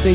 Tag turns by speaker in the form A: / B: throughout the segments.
A: 最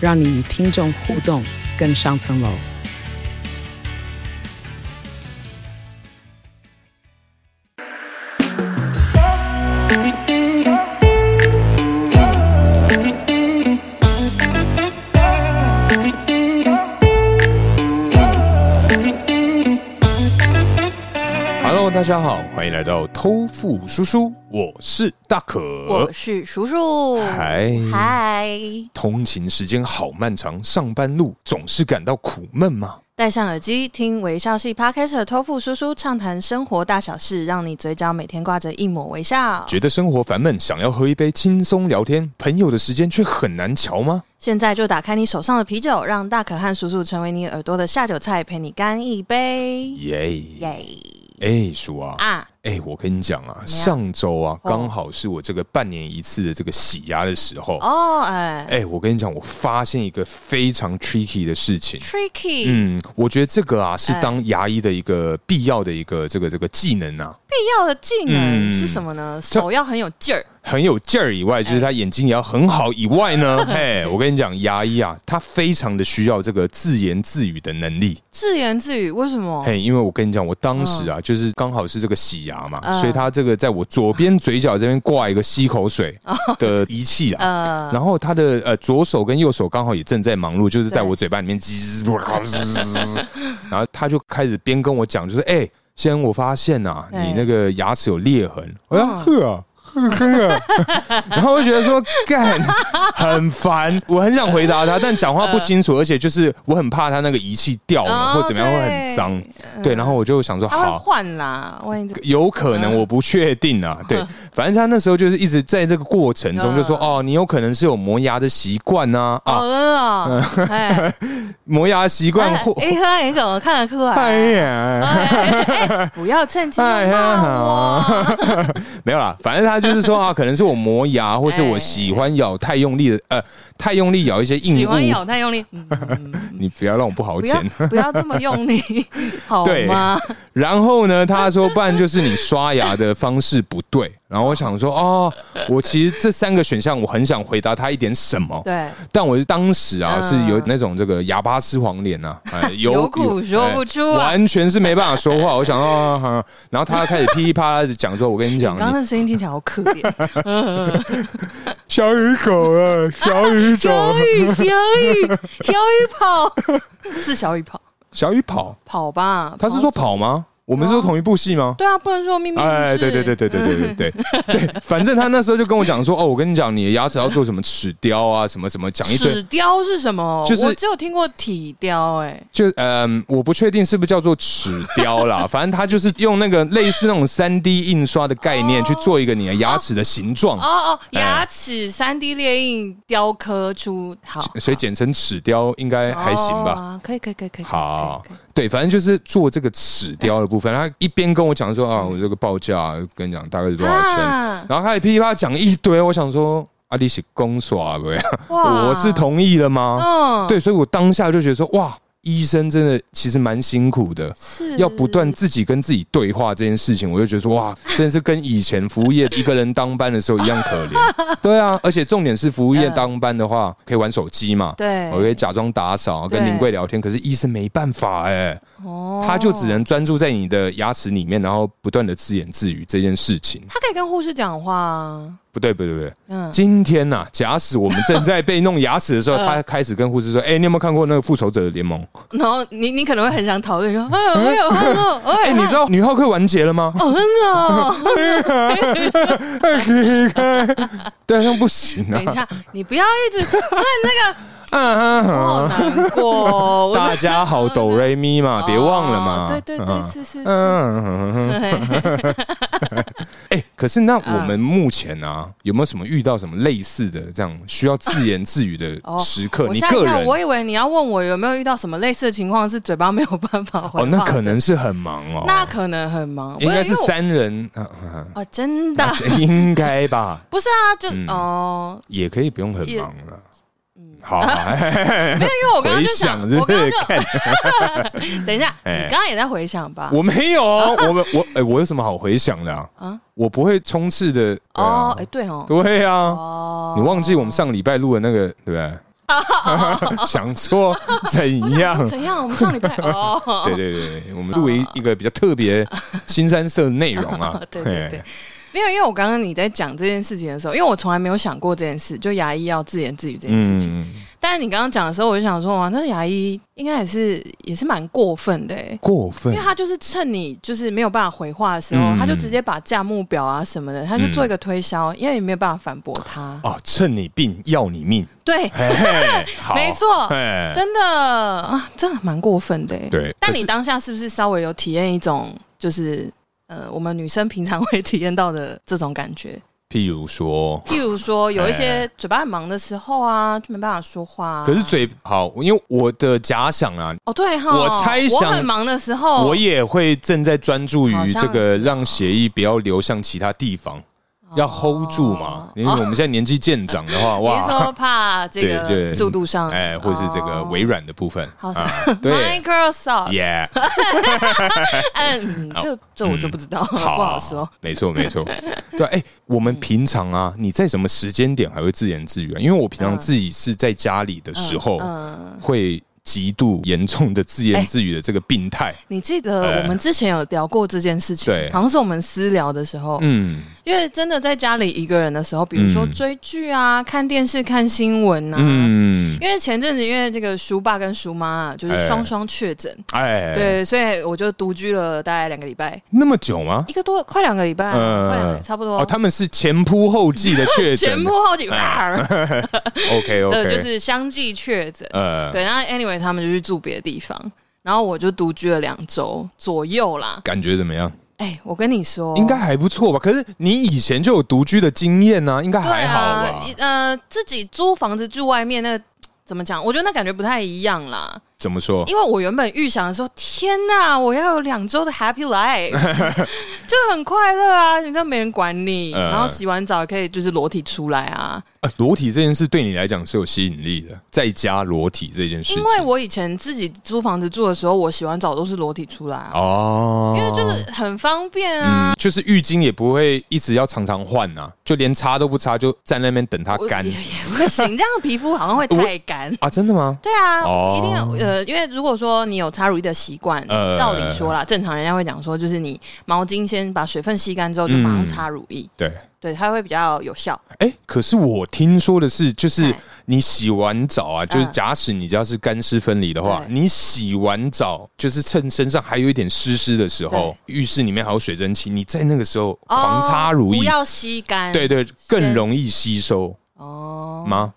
A: 让你与听众互动更上层楼。
B: Hello，大家好，欢迎来到偷富叔叔，我是大可。
C: 我是叔叔。
B: 呃嗨，
C: 嗨，
B: 通勤时间好漫长，上班路总是感到苦闷吗？
C: 戴上耳机，听微笑系 Podcast 的托付叔叔畅谈生活大小事，让你嘴角每天挂着一抹微笑。
B: 觉得生活烦闷，想要喝一杯轻松聊天，朋友的时间却很难瞧吗？
C: 现在就打开你手上的啤酒，让大可和叔叔成为你耳朵的下酒菜，陪你干一杯。
B: 耶、
C: 耶
B: 哎，叔啊，
C: 啊！
B: 哎、我跟你讲啊，
C: 怎么样
B: 上周啊，
C: 哦
B: 刚好是我这个半年一次的这个洗牙的时候。
C: 哦，哎
B: 哎、我跟你讲，我发现一个非常 tricky 的事情。
C: ，tricky，
B: 嗯，我觉得这个啊是
C: 哎
B: 当牙医的一个必要的一个这个这个技能啊，
C: 必要的技能
B: 嗯
C: 是什么呢？手要很有劲儿。
B: 很有劲儿以
C: 哎
B: 外，就是他眼睛也要很好以外 呢，嘿，我跟你讲，牙医啊，他非常的需要这个自言自语的能力，
C: 自言自语，为什么？
B: 嘿，因为我跟你讲，我当时啊，就是刚好是这个洗牙嘛，
C: 哦嗯
B: 所以他这个在我左边嘴角这边挂一个吸口水
C: 哦
B: 的仪器 啊。
C: 呃，
B: 然后他的呃左手跟右手刚好也正在忙碌，就是在
C: 对
B: 我嘴巴里面滋， 然后他就开始边跟我讲，就是哎，先生我发现呐、啊，
C: 对
B: 你那个牙齿有裂痕，我说
C: 嗯
B: 呵啊。呵呵啊，然后我就觉得说干很烦，我很想回答他，但讲话不清楚，而且就是我很怕他那个仪器掉了
C: 哦
B: 或怎么样会很
C: 对
B: 脏，对，然后我就想说
C: 嗯他会
B: 好，
C: 换啦，万一这
B: 有可
C: 嗯
B: 能，我不确定 啊。对，反正他那时候就是一直在这个过程中就说，哦，你有可能是有磨牙的习惯呐，啊，
C: 嗯
B: 嗯
C: 哦，哎真的哦， 哎，
B: 磨牙习惯或。
C: 一喝一口看得出来。
B: 哎
C: 嗯
B: 呀，
C: 哎不要趁机
B: 哎
C: 骂我。
B: 呀，没有啦，反正他就是 说啊，可能是我磨牙，或是
C: 哎
B: 我喜欢咬太用力的，呃，太用力咬一些
C: 喜
B: 硬
C: 欢
B: 物，
C: 咬太用力，嗯、
B: 你不要让我不好
C: 不要
B: 剪。
C: 不要这么 用力，好
B: 对
C: 吗？
B: 然后呢，他说，不然就是你刷牙的方式不对。然后我想说，哦，我其实这三个选项，我很想回答他一点什么，
C: 对，
B: 但我当时啊、
C: 嗯
B: 是有那种这个哑巴吃黄连呐、 啊，哎
C: 有苦说不出啊
B: 哎完全是没办法说话。我想啊，啊然后他开始噼里啪啦的讲说：“我跟你讲，
C: 你刚刚
B: 你
C: 的声音听起来好 可怜。
B: 小雨狗 啊，小雨
C: 小
B: 走，
C: 雨，小雨，小雨跑，是小雨跑
B: 小雨跑。
C: 跑吧？”
B: 他是说
C: 走
B: 跑吗？我们是说同一部戏吗？
C: 对啊，不能说秘密。
B: 哎，对对对对对对对对 对，反正他那时候就跟我讲说：“哦，我跟你讲，你的牙齿要做什么齿雕啊，什么什么，讲一堆
C: 齿。”雕是什么？
B: 就是
C: 我只有听过体雕、哎，
B: 就嗯，我不确定是不是叫做齿雕 啦，反正它就是用那个类似那种三 D 印刷的概念去做一个你的牙齿的形状，
C: 哦哦，
B: 哎
C: 牙齿三 D 列印雕刻出好，
B: 所以简称齿雕应该还行吧。
C: 哦可以可以可以可以。
B: 好
C: 可以可以可以，
B: 对，反正就是做这个齿雕的部分。他一边跟我讲说啊，我这个报价跟你讲大概是多少钱，
C: 嗯啊
B: 然后他也噼里啪啦讲一堆，我想说啊，你是公啊耍呗，我是，同意了吗？
C: 嗯，
B: 对，所以我当下就觉得说哇，医生真的其实蛮辛苦的。
C: 是
B: 要不断自己跟自己对话这件事情，我就觉得说哇，真的是跟以前服务业一个人当班的时候一样可 怜。对啊，而且重点是服务业当班的话，可以玩手机嘛，
C: 对，
B: 我可以假装打扫，跟
C: 对
B: 临柜聊天。可是医生没办法哎、
C: 哦
B: 他就只能专注在你的牙齿里面，然后不断的自言自语这件事情。
C: 他可以跟护士讲话啊，
B: 不对，不对，不对。
C: 嗯，
B: 今天呐、假使我们正在被弄牙齿的 时候，
C: 嗯
B: 他开始跟护士说：“哎、你有没有看过那个复仇者的联盟？
C: 然后你你可能会很想讨论说，哎呦，哎呦，哎呦，哎
B: 哎、
C: 呦，
B: 你知道女浩克完结了吗？”
C: 哦，真的哦，
B: 对，那不行啊
C: 等一。下，你不要一直说那个，
B: 嗯嗯
C: 我好难过，我
B: 大家好，哆瑞咪 嘛，别忘了嘛。
C: 哦对对对，
B: 嗯
C: 是是是，
B: 嗯，嗯嗯嗯
C: 对
B: 哎，可是那我们目前啊，有没有什么遇到什么类似的这样需要自言自语的
C: 哦
B: 时刻？
C: 我
B: 你
C: 吓一
B: 个
C: 跳，
B: 人
C: 我以为你要问我有没有遇到什么类似的情况，是嘴巴没有办法回
B: 哦，
C: 话。
B: 那可能是很忙哦，
C: 那可能很忙，
B: 应该是
C: 不因为
B: 三人啊，啊
C: 我哦，真的
B: 啊 应该吧，
C: 不是啊，就
B: 嗯
C: 哦，
B: 也可以不用很
C: 也嗯
B: 忙了。好， 哎
C: 因为我刚刚
B: 回
C: 就想，
B: 想是
C: 我
B: 不
C: 刚刚
B: 是
C: 就
B: 看？
C: 等一下，
B: 哎
C: 你刚刚也在回想吧？
B: 我没有，我们我哎，我有什么好回想的啊
C: 啊？
B: 我不会冲刺的对啊
C: 哦，哎，对哦，
B: 对啊，
C: 哦，
B: 你忘记我们上个礼拜录的那个对不对？想说怎 样？
C: 怎样？我们上礼 拜哦，
B: 对对对，对我们录一一个比较特别新三色的内容啊
C: 。对对对
B: 嘿，
C: 没有，因为我刚刚你在讲这件事情的时候，因为我从来没有想过这件事，就牙医要自言自语这件事情。
B: 嗯，
C: 但是你刚刚讲的时候，我就想说，哇，那牙医应该也是也是蛮过分的哎。
B: 过分
C: 因为他就是趁你就是没有办法回话的时候，
B: 嗯
C: 他就直接把价目表啊什么的，他就做一个推销，因为你没有办法反驳他。
B: 哦，趁你病要你命，
C: 对，
B: 嘿嘿，好
C: 没错
B: 嘿
C: 真的啊，真的蛮过分的欸。
B: 对。
C: 但
B: 可是
C: 你当下是不是稍微有体验一种，就是呃，我们女生平常会体验到的这种感觉？哎
B: 譬如说，
C: 譬如说，有一些嘴巴很忙的时候啊，就没办法说话、啊。
B: 可是嘴好，因为我的假想啊，
C: 哦，对哈，
B: 我猜想
C: 我很忙的时候，
B: 我也会正在专注
C: 哦好
B: 于
C: 像
B: 这个
C: 是哦
B: 让协议不要流向其他地方，要 hold 住嘛
C: 哦。
B: 因为我们现在年纪渐长的 话，
C: 你是
B: 哇
C: 说，怕这
B: 对
C: 个
B: 对
C: 速度上，
B: 哎，或是这个
C: 嗯哦
B: 微软的部 分，
C: 好像
B: 啊，对
C: Microsoft，
B: ，Yeah。
C: 嗯，这这我就不知道， 不
B: 好
C: 好说。，嗯
B: 没错没 错，对啊，哎、我们平常啊，你在什么时间点还会自言自语啊？因为我平常自己是在家里的时候，
C: 嗯，
B: 会极度严重的自言
C: 哎
B: 自语的这个病态，
C: 你记得我们之前有聊过这件事情，
B: 对
C: 好像是我们私聊的时候，
B: 嗯，
C: 因为真的在家里一个人的时候，比如说
B: 嗯
C: 追剧啊、看电视、看新闻啊。
B: 嗯，
C: 因为前阵子，因为这个叔爸跟叔妈、啊、就是
B: 哎
C: 双双确诊，
B: 哎，，
C: 对，所以我就独居了大概两个礼拜，
B: 那么久吗？
C: 一个多快两个礼拜，啊
B: 嗯
C: 快两个差不多。
B: 哦，他们是前仆后继的确诊
C: 前仆后继，哇
B: ，OK
C: 对，就
B: OK，
C: 是相继确诊。
B: 呃，
C: 对，然后 anyway 他们就去住别的地方，然后我就独居了两周左右啦。
B: 感觉怎么样？
C: 哎，我跟你说，
B: 应该还不错吧？可是你以前就有独居的经验呢、啊，应该
C: 对
B: 还好
C: 啊
B: 吧？，
C: 呃，自己租房子住外面那个。怎么讲？我觉得那感觉不太一样啦，
B: 怎么说？
C: 因为我原本预想说，天哪，我要有两周的 happy life，就 很快乐啊！你知道没人管你，
B: 嗯
C: 然后洗完澡也可以就是裸体出来啊。
B: 呃，裸体这件事对你来讲是有吸引力的，在家裸体这件事情，
C: 因为我以前自己租房子住的时候，我洗完澡都是裸体出来啊，
B: 哦，
C: 因为就是很方便啊。
B: 嗯，就是浴巾也不会一直要常常换呐、就连擦都不擦，就站那边等它嗯
C: 我
B: 干。
C: 也 也不行，这样皮肤好像会太干
B: 啊？真的吗？
C: 对啊，
B: 哦
C: 一定要呃，因为如果说你有擦乳液的习惯，
B: 呃
C: 照理说啦，正常人家会讲说，就是你毛巾先把水分吸干之后，就马
B: 嗯
C: 上擦乳液，
B: 对，
C: 对，它会比较有效。
B: 哎、可是我听说的是，就是
C: 哎
B: 你洗完澡啊，就是
C: 嗯
B: 假使你家是干湿分离的话，
C: 对
B: 你洗完澡就是趁身上还有一点湿湿的时候
C: 对，哦
B: 浴室里面还有水蒸气，你在那个时候狂擦乳
C: 不
B: 液，
C: 要吸干。
B: 对对，更
C: 先
B: 容易吸收
C: 哦，
B: 吗？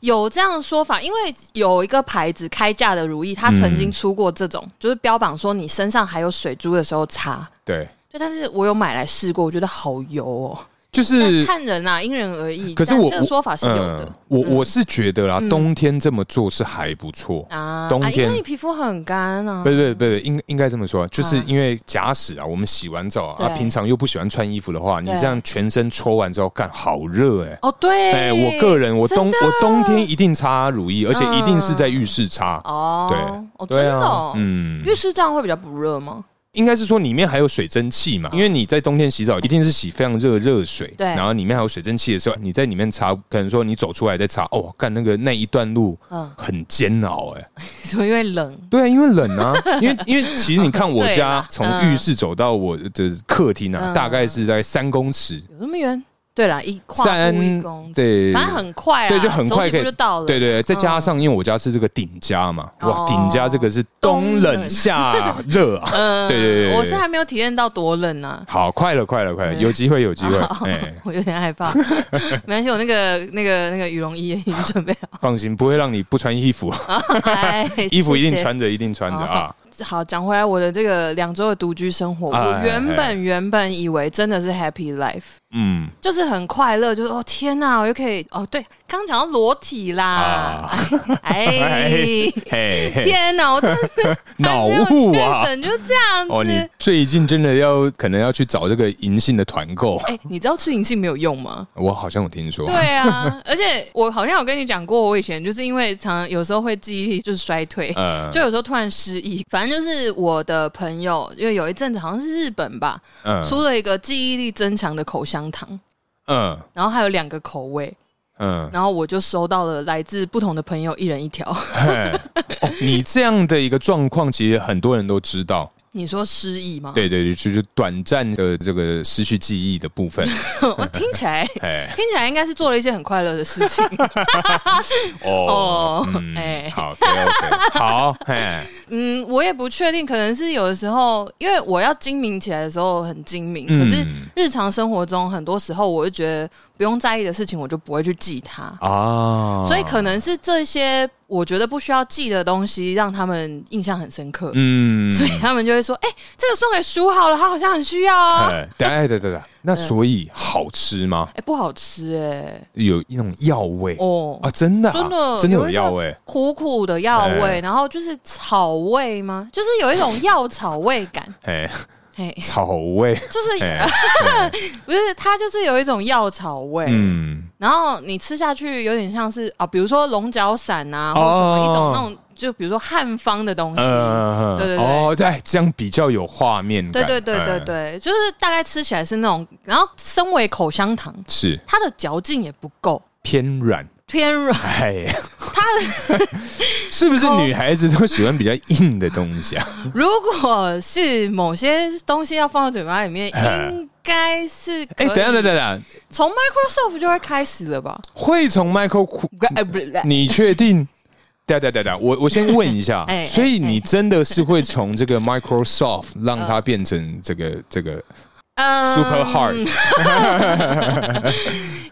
C: 有这样的说法，因为有一个牌子开价的乳液，它曾经出过这
B: 嗯
C: 种，就是标榜说你身上还有水珠的时候擦。
B: 对，
C: 对，但是我有买来试过，我觉得好油哦。
B: 就是
C: 但看人啊，因人而异。
B: 可是
C: 但
B: 我
C: 这个说法是有的。嗯
B: 嗯我我是觉得啦，冬天这么做是还不错。
C: 啊，
B: 嗯冬
C: 啊因
B: 天
C: 为你皮肤很干啊
B: 不。是不是不是，应应该这么说，就是
C: 啊
B: 因为假使啊，我们洗完澡啊，
C: 对
B: 啊平常又不喜欢穿衣服的话，你
C: 对
B: 这样全身搓完之后，干好热哎、
C: 哦，对，
B: 哎、我个人我冬
C: 真的啊
B: 我冬天一定擦乳液，而且一定是在浴室擦。
C: 哦，哦，真
B: 对
C: 的、
B: 啊
C: 哦，，
B: 嗯，
C: 浴室这样会比较不热吗？
B: 应该是说里面还有水蒸气嘛，因为你在冬天洗澡一定是洗非常热的热水，
C: 嗯对
B: 然后里面还有水蒸气的时候，你在里面擦，可能说你走出来再擦，哦，干那个那一段路
C: 嗯，
B: 很煎熬哎、
C: 所以因为冷，
B: 对啊，因为冷 啊，因为因为其实你看我
C: 对
B: 家
C: 啦
B: 从浴室走到我的客厅啊，
C: 嗯
B: 大概是在三公尺，
C: 有那么远？对啦，一跨
B: 三
C: 步一公尺，
B: 对
C: 反正很快啊，
B: 对，就很快
C: 走
B: 可
C: 几
B: 以
C: 步就到了。
B: 对对，对再加上因为我家是这个顶家嘛，哇
C: 嗯哦，
B: 顶家这个是冬冷夏热啊，
C: 嗯，
B: 对对对对对
C: 我是还没有体验到多冷啊。
B: 好，快了快了快了，
C: 嗯
B: 有机会有机 会，哎，
C: 我有点害 怕，没关系，我那个那个那个羽绒衣已经准备好，
B: 放心，不会让你不穿衣服，啊
C: 哎
B: 衣服一定
C: 谢谢哦
B: 穿着一定穿着啊。
C: 好讲回来，我的这个两周的独居生活，
B: 哎
C: 我原
B: 哎哎
C: 本原本以为真的是 happy life，
B: 嗯
C: 就是很快乐，就是哦天哪，我又可以哦对，刚刚讲到裸体
B: 啊
C: 啦，，哎
B: 嘿，嘿嘿，
C: 天哪，我真的
B: 哎 脑
C: 没有确
B: 雾啊！
C: 诊，就是这样
B: 哦，你
C: 子。
B: 最近真的要可能要去找这个银杏的团购，
C: 哎、你知道吃银杏没有用吗？
B: 我好像有听说。
C: 对啊，而且我好像有跟你讲过，我以前就是因为常有时候会记忆力就是衰退，
B: 呃
C: 就有时候突然失忆。反正就是我的朋友，因为有一阵子好像是日本吧，
B: 嗯
C: 出了一个记忆力增强的口香糖，
B: 嗯
C: 然后还有两个口味，
B: 嗯，
C: 然后我就收到了来自不同的朋友一人一条。
B: 嘿哦你这样的一个状况，其实很多人都知 道。
C: 你说失忆吗？，
B: 对对对，就是短暂的这个失去记忆的部 分。
C: 我听起来。
B: 哎
C: 听起来应该是做了一些很快乐的事情
B: 哦
C: 哦，
B: 嗯，
C: 哎
B: 好，OK OK，好， 嘿，
C: 嗯，我也不确定，可能是有的时候，因为我要精明起来的时候很精明，可是
B: 嗯
C: 日常生活中很多时候，我就觉得不用在意的事情，我就不会去记它。
B: 啊，
C: 所以可能是这些我觉得不需要记的东西，让他们印象很深刻，
B: 嗯，
C: 所以他们就会说：“哎、这个送给叔好了，他好像很需要哦。
B: 哎，等下，等等等，那
C: 嗯
B: 所以好吃吗？
C: 哎、不好吃哎、
B: 有那种药味
C: 哦，
B: 啊，真的啊，
C: 真的
B: 真的
C: 有
B: 有
C: 一个
B: 药味，
C: 苦苦的药
B: 哎
C: 味，然后就是草味吗？就是有一种药草味感，
B: 哎，
C: 嘿，
B: 草味，
C: 就是、
B: 哎，
C: 不是它就是有一种药草味，
B: 嗯，
C: 然后你吃下去有点像是啊，比如说龙角散啊，或者什么一种那种，就比如说汉方的东西。
B: 呃，
C: 对对对
B: 哦，对，这样比较有画面
C: 对
B: 感，
C: 对对对
B: 哎，
C: 对，就是大概吃起来是那种，然后身为口香糖，
B: 是
C: 它的嚼劲也不够，
B: 偏软，
C: 偏软。
B: 哎，
C: 它的
B: 是不是
C: 抠
B: 女孩子都喜欢比较硬的东西 啊？
C: 如果是某些东西要放到嘴巴里面，
B: 哎
C: 应该是可
B: 哎，
C: 以
B: 等一下，等一下，等一下，
C: 从 Microsoft 就会开始了吧？
B: 会从 Michael 哭
C: 哎不是
B: 你确定？对对对对，我我先问一下
C: 哎，哎
B: 所以你真的是会从这个 Microsoft 让它变成这个这个
C: 嗯
B: Super Hard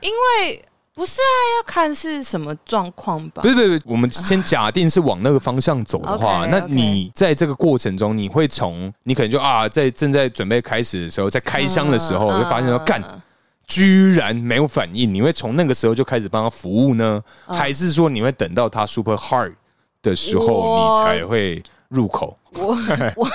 C: 因为嗯不是啊，要看是什么状况吧
B: 不。是不是，不是我们先假定是往那个方向走的话，
C: OK，OK
B: 那你在这个过程中，你会从你可能就啊，在正在准备开始的时候，在开箱的时候，
C: 嗯
B: 就发现说
C: 嗯
B: 干。居然没有反应，你会从那个时候就开始帮他服务呢，
C: 嗯
B: 还是说你会等到他 super hard 的时候，
C: 我
B: 你才会入口？
C: 我我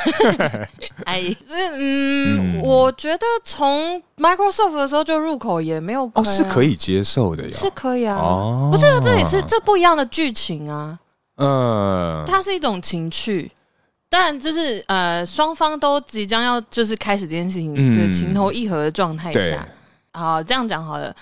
C: 哎，嗯，我觉得从 Microsoft 的时候就入口也没有
B: 哦，是可
C: 以，
B: 以接受的呀。
C: 啊是可以啊。
B: 哦
C: 不是，这也是这不一样的剧情啊，
B: 嗯，
C: 它是一种情趣。但就是呃，双方都即将要就是开始这件事情，
B: 嗯
C: 这情投意合的状态
B: 对
C: 下，好，这样讲好了。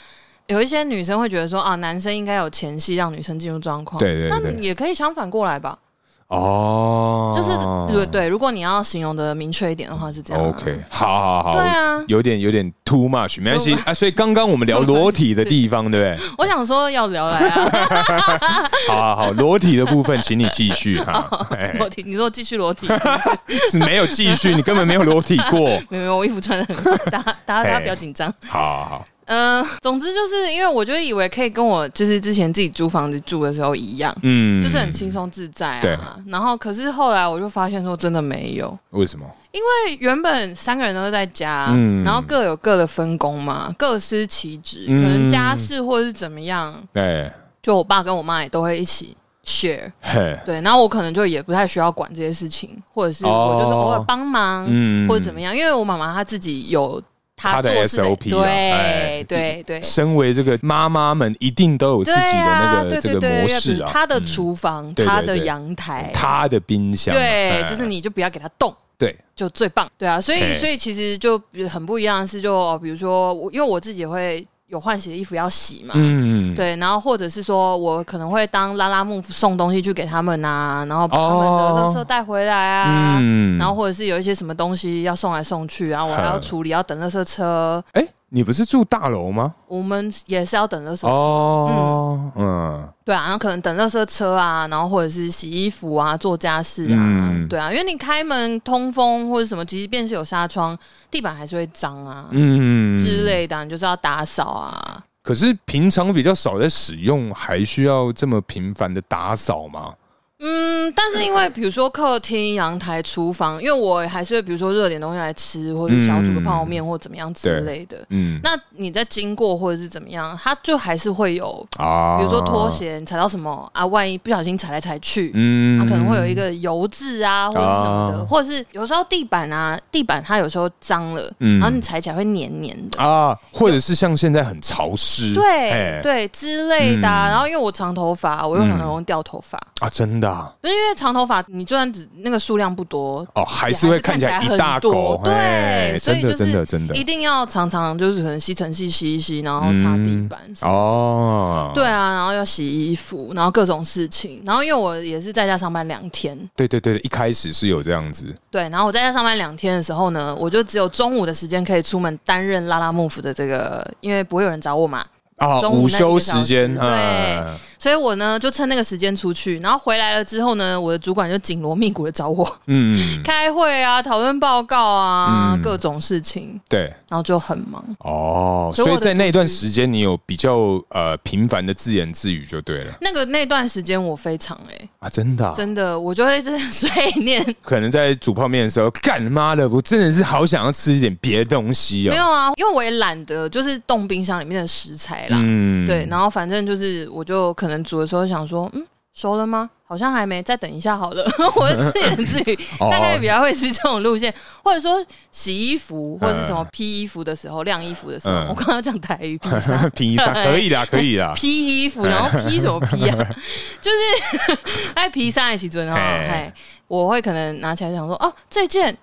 C: 有一些女生会觉得说啊，男生应该有前戏让女生进入状况，
B: 对对
C: 那
B: 对
C: 也可以相反过来吧。
B: 哦，
C: 就是对对，如果你要形容的明确一点的话是这样啊、
B: OK，好好好，
C: 对啊
B: 有点有点 too much，没关系
C: Too
B: 啊。所以刚刚我们聊
C: Too much，
B: 裸体的地方，对 不对？
C: 我想说要聊来啊，
B: 好好好，裸体的部分，请你继续哈。哎
C: 裸体，你说继续裸体，
B: 是没有继续，你根本没有裸体过。
C: 没有没有，我衣服穿的很好，大家大家大家
B: 嘿
C: 不要紧张。
B: 好好好，
C: 嗯、总之就是因为我就以为可以跟我就是之前自己租房子住的时候一样，
B: 嗯，
C: 就是很轻。松自在
B: 对
C: 啊。然后可是后来我就发现说真的没有，
B: 为什么？
C: 因为原本三个人都在家，
B: 嗯
C: 然后各有各的分工嘛，各司其职，
B: 嗯
C: 可能家事或者是怎么样，
B: 哎，
C: 就我爸跟我妈也都会一起 share。
B: 嘿，
C: 对，然后我可能就也不太需要管这些事情，或者是我就是偶尔帮忙，
B: 哦嗯
C: 或者怎么样，因为我妈妈她自己有她
B: 她的
C: 做事
B: SOP 啊哎
C: 对 对对。
B: 身为这个妈妈们，一定都有自
C: 对
B: 己的那
C: 啊，
B: 个这
C: 对对
B: 个
C: 对，
B: 模
C: 对比
B: 式
C: 如
B: 啊，
C: 她的厨房，
B: 对对
C: 她的
B: 对
C: 阳台，
B: 她的冰箱啊，
C: 对
B: 哎，
C: 就是你就不要给她动，
B: 对，
C: 就最棒，对啊，所以
B: 嘿
C: 所以其实就很不一样的是，就哦比如说我，因为我自己也会有换洗的衣服要洗嘛，
B: 嗯，
C: 啊对，然后或者是说我可能会当拉拉木送东西去给他们啊，然后把他们的
B: 哦
C: 垃圾带回来啊，
B: 嗯
C: 然后或者是有一些什么东西要送来送去啊，我还要处理，要等垃圾车，
B: 哎、你不是住大楼吗？
C: 我们也是要等垃圾车，
B: 哦，嗯，
C: 对啊，然后可能等垃圾车啊，然后或者是洗衣服啊、做家事啊，
B: 嗯
C: 对啊，因为你开门通风或者什么，即便是有纱窗，地板还是会脏啊、
B: 嗯
C: 之。类的啊，你就是要打扫啊。
B: 可是平常比较少在使用，还需要这么频繁的打扫吗？
C: 嗯，但是因为比如说客厅、阳台、厨房，因为我还是会比如说热点东西来吃，或者小煮个泡面或怎么样之类的。
B: 嗯
C: 那你在经过或者是怎么样，它就还是会有，
B: 啊
C: 比如说拖，鞋你踩到什么啊，万一不小心踩来踩去，
B: 嗯
C: 它可能会有一个油渍啊，或者是什么的，
B: 啊
C: 或者是有时候地板啊，地板它有时候脏了，
B: 嗯
C: 然后你踩起来会黏黏的，
B: 啊，或者是像现在很潮湿，
C: 对
B: 嘿
C: 对之类的啊、
B: 嗯
C: 然后因为我长头发，我又很容易掉头发，
B: 啊，真的啊
C: 不是因为长头发，你就算只那个数量不多。
B: 哦，还
C: 也
B: 是会看起来
C: 还是
B: 一大
C: 很多
B: 狗，
C: 对
B: 嘿，
C: 所
B: 真
C: 以就
B: 的
C: 是
B: 真的真的
C: 一定要常常就是可能吸尘器吸一吸，然后
B: 嗯
C: 擦地板什么的
B: 哦，
C: 对啊，然后要洗衣服，然后各种事情，然后因为我也是在家上班两天，
B: 对对对，一开始是有这样子，
C: 对，然后我在家上班两天的时候呢，我就只有中午的时间可以出门担任拉拉幕府的这个，因为不会有人找我嘛，
B: 啊，
C: 中午那
B: 午
C: 一个
B: 休
C: 小时
B: 时间，
C: 对
B: 嗯
C: 所以我呢就趁那个时间出去，然后回来了之后呢，我的主管就紧锣密鼓的找我
B: 嗯，
C: 开会啊、讨论报告啊、
B: 嗯
C: 各种事情，
B: 对，
C: 然后就很忙。
B: 哦，
C: 所
B: 所
C: 以我
B: 以
C: 的
B: 在那段
C: 独居
B: 时间，你有比较呃频繁的自言自语就对了
C: 那个那段时间我非常哎、
B: 啊，真的啊、啊
C: 真的，我就会真的 碎念，
B: 可能在煮泡面的时候，干妈的，我真的是好想要吃一点别的东西哦。
C: 没有啊，因为我也懒得就是动冰箱里面的食材啦，
B: 嗯
C: 对，然后反正就是，我就可能煮的时候想说，嗯，熟了吗？好像还没，再等一下好了。 我就自言自语，
B: 哦
C: 大概比较会是这种路线，或者说洗衣服或者是什么披衣服的时候、晾衣服的时候，
B: 嗯
C: 我刚刚讲台语披 衫。
B: 披萨可以啦，可以啦
C: 披衣服，然后披什么披啊？ 就是 在披衫的时阵啊，
B: 嘿
C: 嗨，我会可能拿起来想说，哦，这件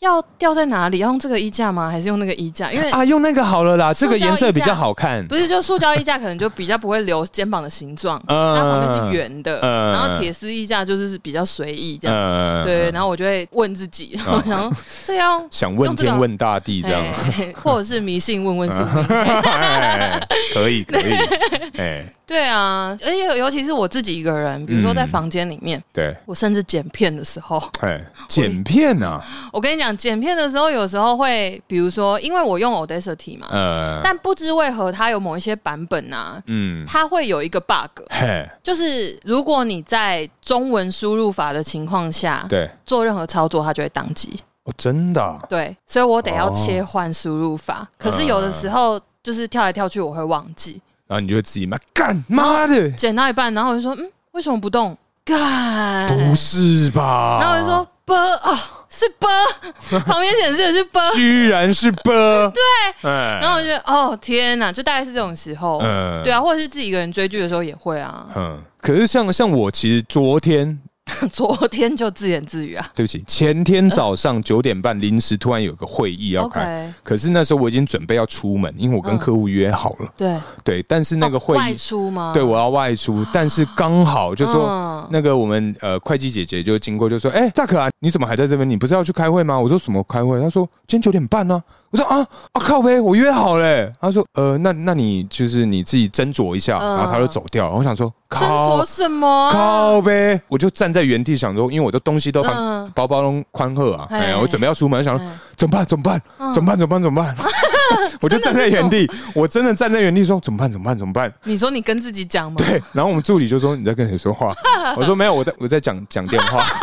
C: 要吊在哪里？要用这个衣架吗？还是用那个衣架？因为
B: 啊，用那个好了啦，这个颜色比较好看
C: 不。是，就塑胶衣架可能就比较不会留肩膀的形状，
B: 嗯
C: 它旁边是圆的，
B: 嗯
C: 然后铁丝衣架就是比较随意这样。
B: 呃
C: 对，然后我就会问自己，我想说 这个要
B: 嗯想问
C: 用这个
B: 天问大地这样，嗯
C: 哎 或者是迷信问问宿命。
B: 哎 可以可以，哎，
C: 对啊，而且尤其是我自己一个人，比如说在房间里面，
B: 对，
C: 我甚至剪片的时候，
B: 哎，剪片啊，
C: 我跟你讲，剪片的时候有时候会，比如说因为我用 Audacity 嘛，
B: 呃，
C: 但不知为何它有某一些版本啊，
B: 嗯，
C: 它会有一个 bug，
B: 嘿，
C: 就是如果你在中文输入法的情况下
B: 对，
C: 做任何操作，它就会宕机。
B: 哦，真的啊，
C: 对，所以我得要
B: 哦
C: 切换输入法。可是有的时候就是跳来跳去，我会忘记，
B: 然后你就会自己骂，干妈 的，
C: 剪到一半，然后我就说，嗯，为什么不动？干，
B: 不是啊吧？
C: 然后我就说 波哦，是波， 旁边显示的是波，
B: 居然 是 波，对，哎
C: 然后我就觉得哦天哪，就大概是这种时候。
B: 嗯
C: 对啊，或者是自己一个人追剧的时候也会啊。
B: 嗯，可是像像我其实昨天，
C: 昨天就自言自语啊。
B: 对不起，前天早上九点半临时突然有个会议要开。
C: 嗯 OK，
B: 可是那时候我已经准备要出门，因为我跟
C: 嗯
B: 客户约好了，
C: 对，
B: 对。但是那个会
C: 哦外
B: 议，
C: 出吗？
B: 嗯
C: 啊
B: 对我要外出，但是刚好就说、
C: 嗯
B: 那个我们呃会计姐姐就经过就说，哎、大可啊，你怎么还在这边？你不是要去开会吗？我说什么开会？她说今天九点半呢、我说啊啊靠呗，我约好嘞。她说呃那那你就是你自己斟酌一下，
C: 嗯
B: 然后她就走掉了。我想说
C: 斟
B: 靠
C: 酌什么啊？
B: 靠呗！我就站在原地想说，因为我的东西都放、
C: 嗯
B: 包包都宽厚啊，
C: 哎
B: 哎呀，我准备要出门，想说
C: 哎嗯
B: 怎么办？怎么办？怎么办？怎么办？怎么 办？我就站在原地，我真的站在原地说怎么办？怎么办？怎么办？
C: 你说你跟自己讲吗？，
B: 对，然后我们助理就说你在跟谁说话？我说没有，我在我在讲讲电话。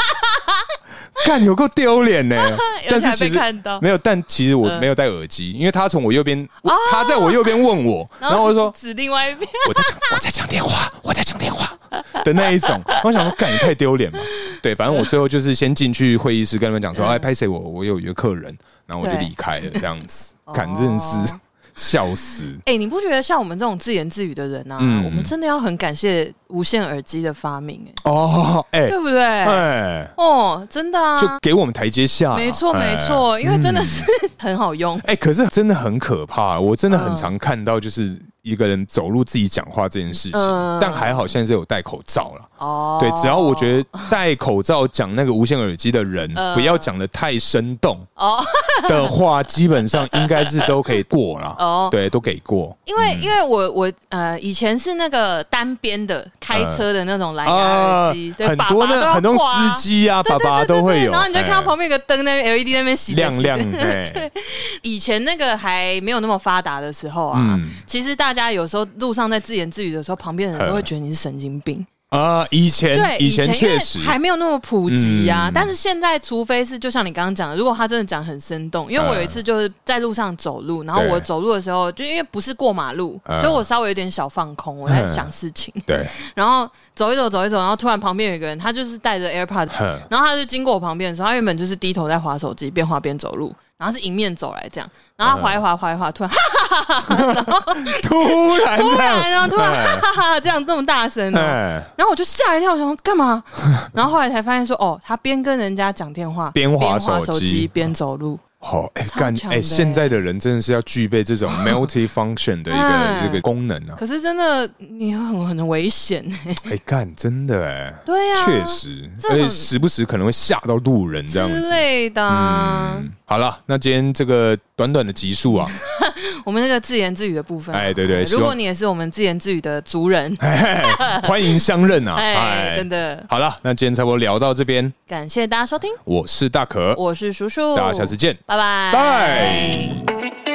B: 干有够丢脸呢 但
C: 而
B: 是
C: 且还
B: 其
C: 被
B: 实
C: 看到
B: 没有，但其实我
C: 嗯哦
B: 没有戴耳机，因为他从我右边，他在我右边问我，然后我就说
C: 指另外一边，
B: 我在讲，我在讲电话，我在讲电话 的那一 种。我想说，干也太丢脸了。对，反正我最后就是先进去会议室跟他们讲说，哎，拍谁我我有约客人，然后我就
C: 对
B: 离开了，这样 子
C: 哦，
B: 干真的是笑死。
C: 哎、你不觉得像我们这种自言自语的人啊，
B: 嗯
C: 我们真的要很感谢无线耳机的发明、哎、
B: 哦，哎
C: 对不对？
B: 哎，
C: 哦，真的啊，
B: 就给我们台阶下，
C: 没错
B: 哎
C: 没。错，因为真的是很好用。
B: 哎，可是真的很可怕，我真的很
C: 嗯
B: 常看到就是一个人走路自己讲话这件事
C: 嗯
B: 情，但还好现在是有戴口罩了。
C: 哦，
B: 对，只要我觉得戴口罩讲那个无线耳机的人，
C: 呃
B: 不要讲的太生动
C: 哦
B: 的话，基本上应该是都可以过啦。
C: 哦，
B: 对，都给过
C: 因为、因为我我呃以前是那个单边的开车的那种蓝牙耳机，对，
B: 啊很
C: 爸
B: 多
C: 爸都
B: 那
C: 要
B: 很多
C: 挂啊
B: 司机啊、
C: 对
B: 爸
C: 对
B: 爸
C: 对对
B: 都会
C: 对
B: 有，
C: 然后你就看到
B: 哎
C: 旁边有个灯，那 LED 那边洗着
B: 亮
C: 洗着
B: 亮，哎，
C: 以前那个还没有那么发达的时候啊，
B: 嗯
C: 其实大家有时候路上在自言自语的时候，旁边的人都会觉得你是神经病，
B: 啊，以前
C: 对，以
B: 前
C: 因为
B: 确实
C: 还没有那么普及呀、
B: 嗯
C: 但是现在，除非是就像你刚刚讲的，如果他真的讲很生动，因为我有一次就是在路上走路，然后
B: 对
C: 我走路的时候，就因为不是过马路，
B: 嗯
C: 所以我稍微有点小放空，我在想事情，
B: 对，
C: 然后走一走走一走，然后突然旁边有一个人，他就是带着 AirPods，
B: 哼
C: 然后他就经过我旁边的时候，他原本就是低头在划手机，边划边走路。然后是迎面走来这样，然后他划一划划一划，突然
B: 突然
C: 突
B: 这
C: 然
B: 样，
C: 然后突然
B: 哎
C: 哈哈哈这样这么大声、哦，
B: 哎，
C: 然后我就吓一跳，我想说干嘛？然后后来才发现说，哦，他边跟人家讲电话，
B: 边滑手
C: 手
B: 机
C: 边走路。
B: 好，哎，
C: 超
B: 干，
C: 强
B: 哎，
C: 的欸
B: 现在的人真的是要具备这 种 multi function 的一个
C: 哎
B: 这个功能啊，
C: 可是真的，你很很危险欸
B: 哎，干，真的哎，
C: 对呀、
B: 确实，
C: 这
B: 而
C: 很
B: 且时不时可能会吓到路人这样
C: 之
B: 子。
C: 类的啊、
B: 嗯，好了，那今天这个短短的集数 啊，
C: 我们那个自言自语的部分啊、
B: 哎对对希望
C: 如果你也是我们自言自语的族人，
B: 欢迎相认啊！
C: 哎，真的
B: 好了，那今天差不多聊到这边，
C: 感谢大家收听，
B: 我是大可，
C: 我是叔叔，
B: 大家下次见，
C: 拜拜，
B: 拜。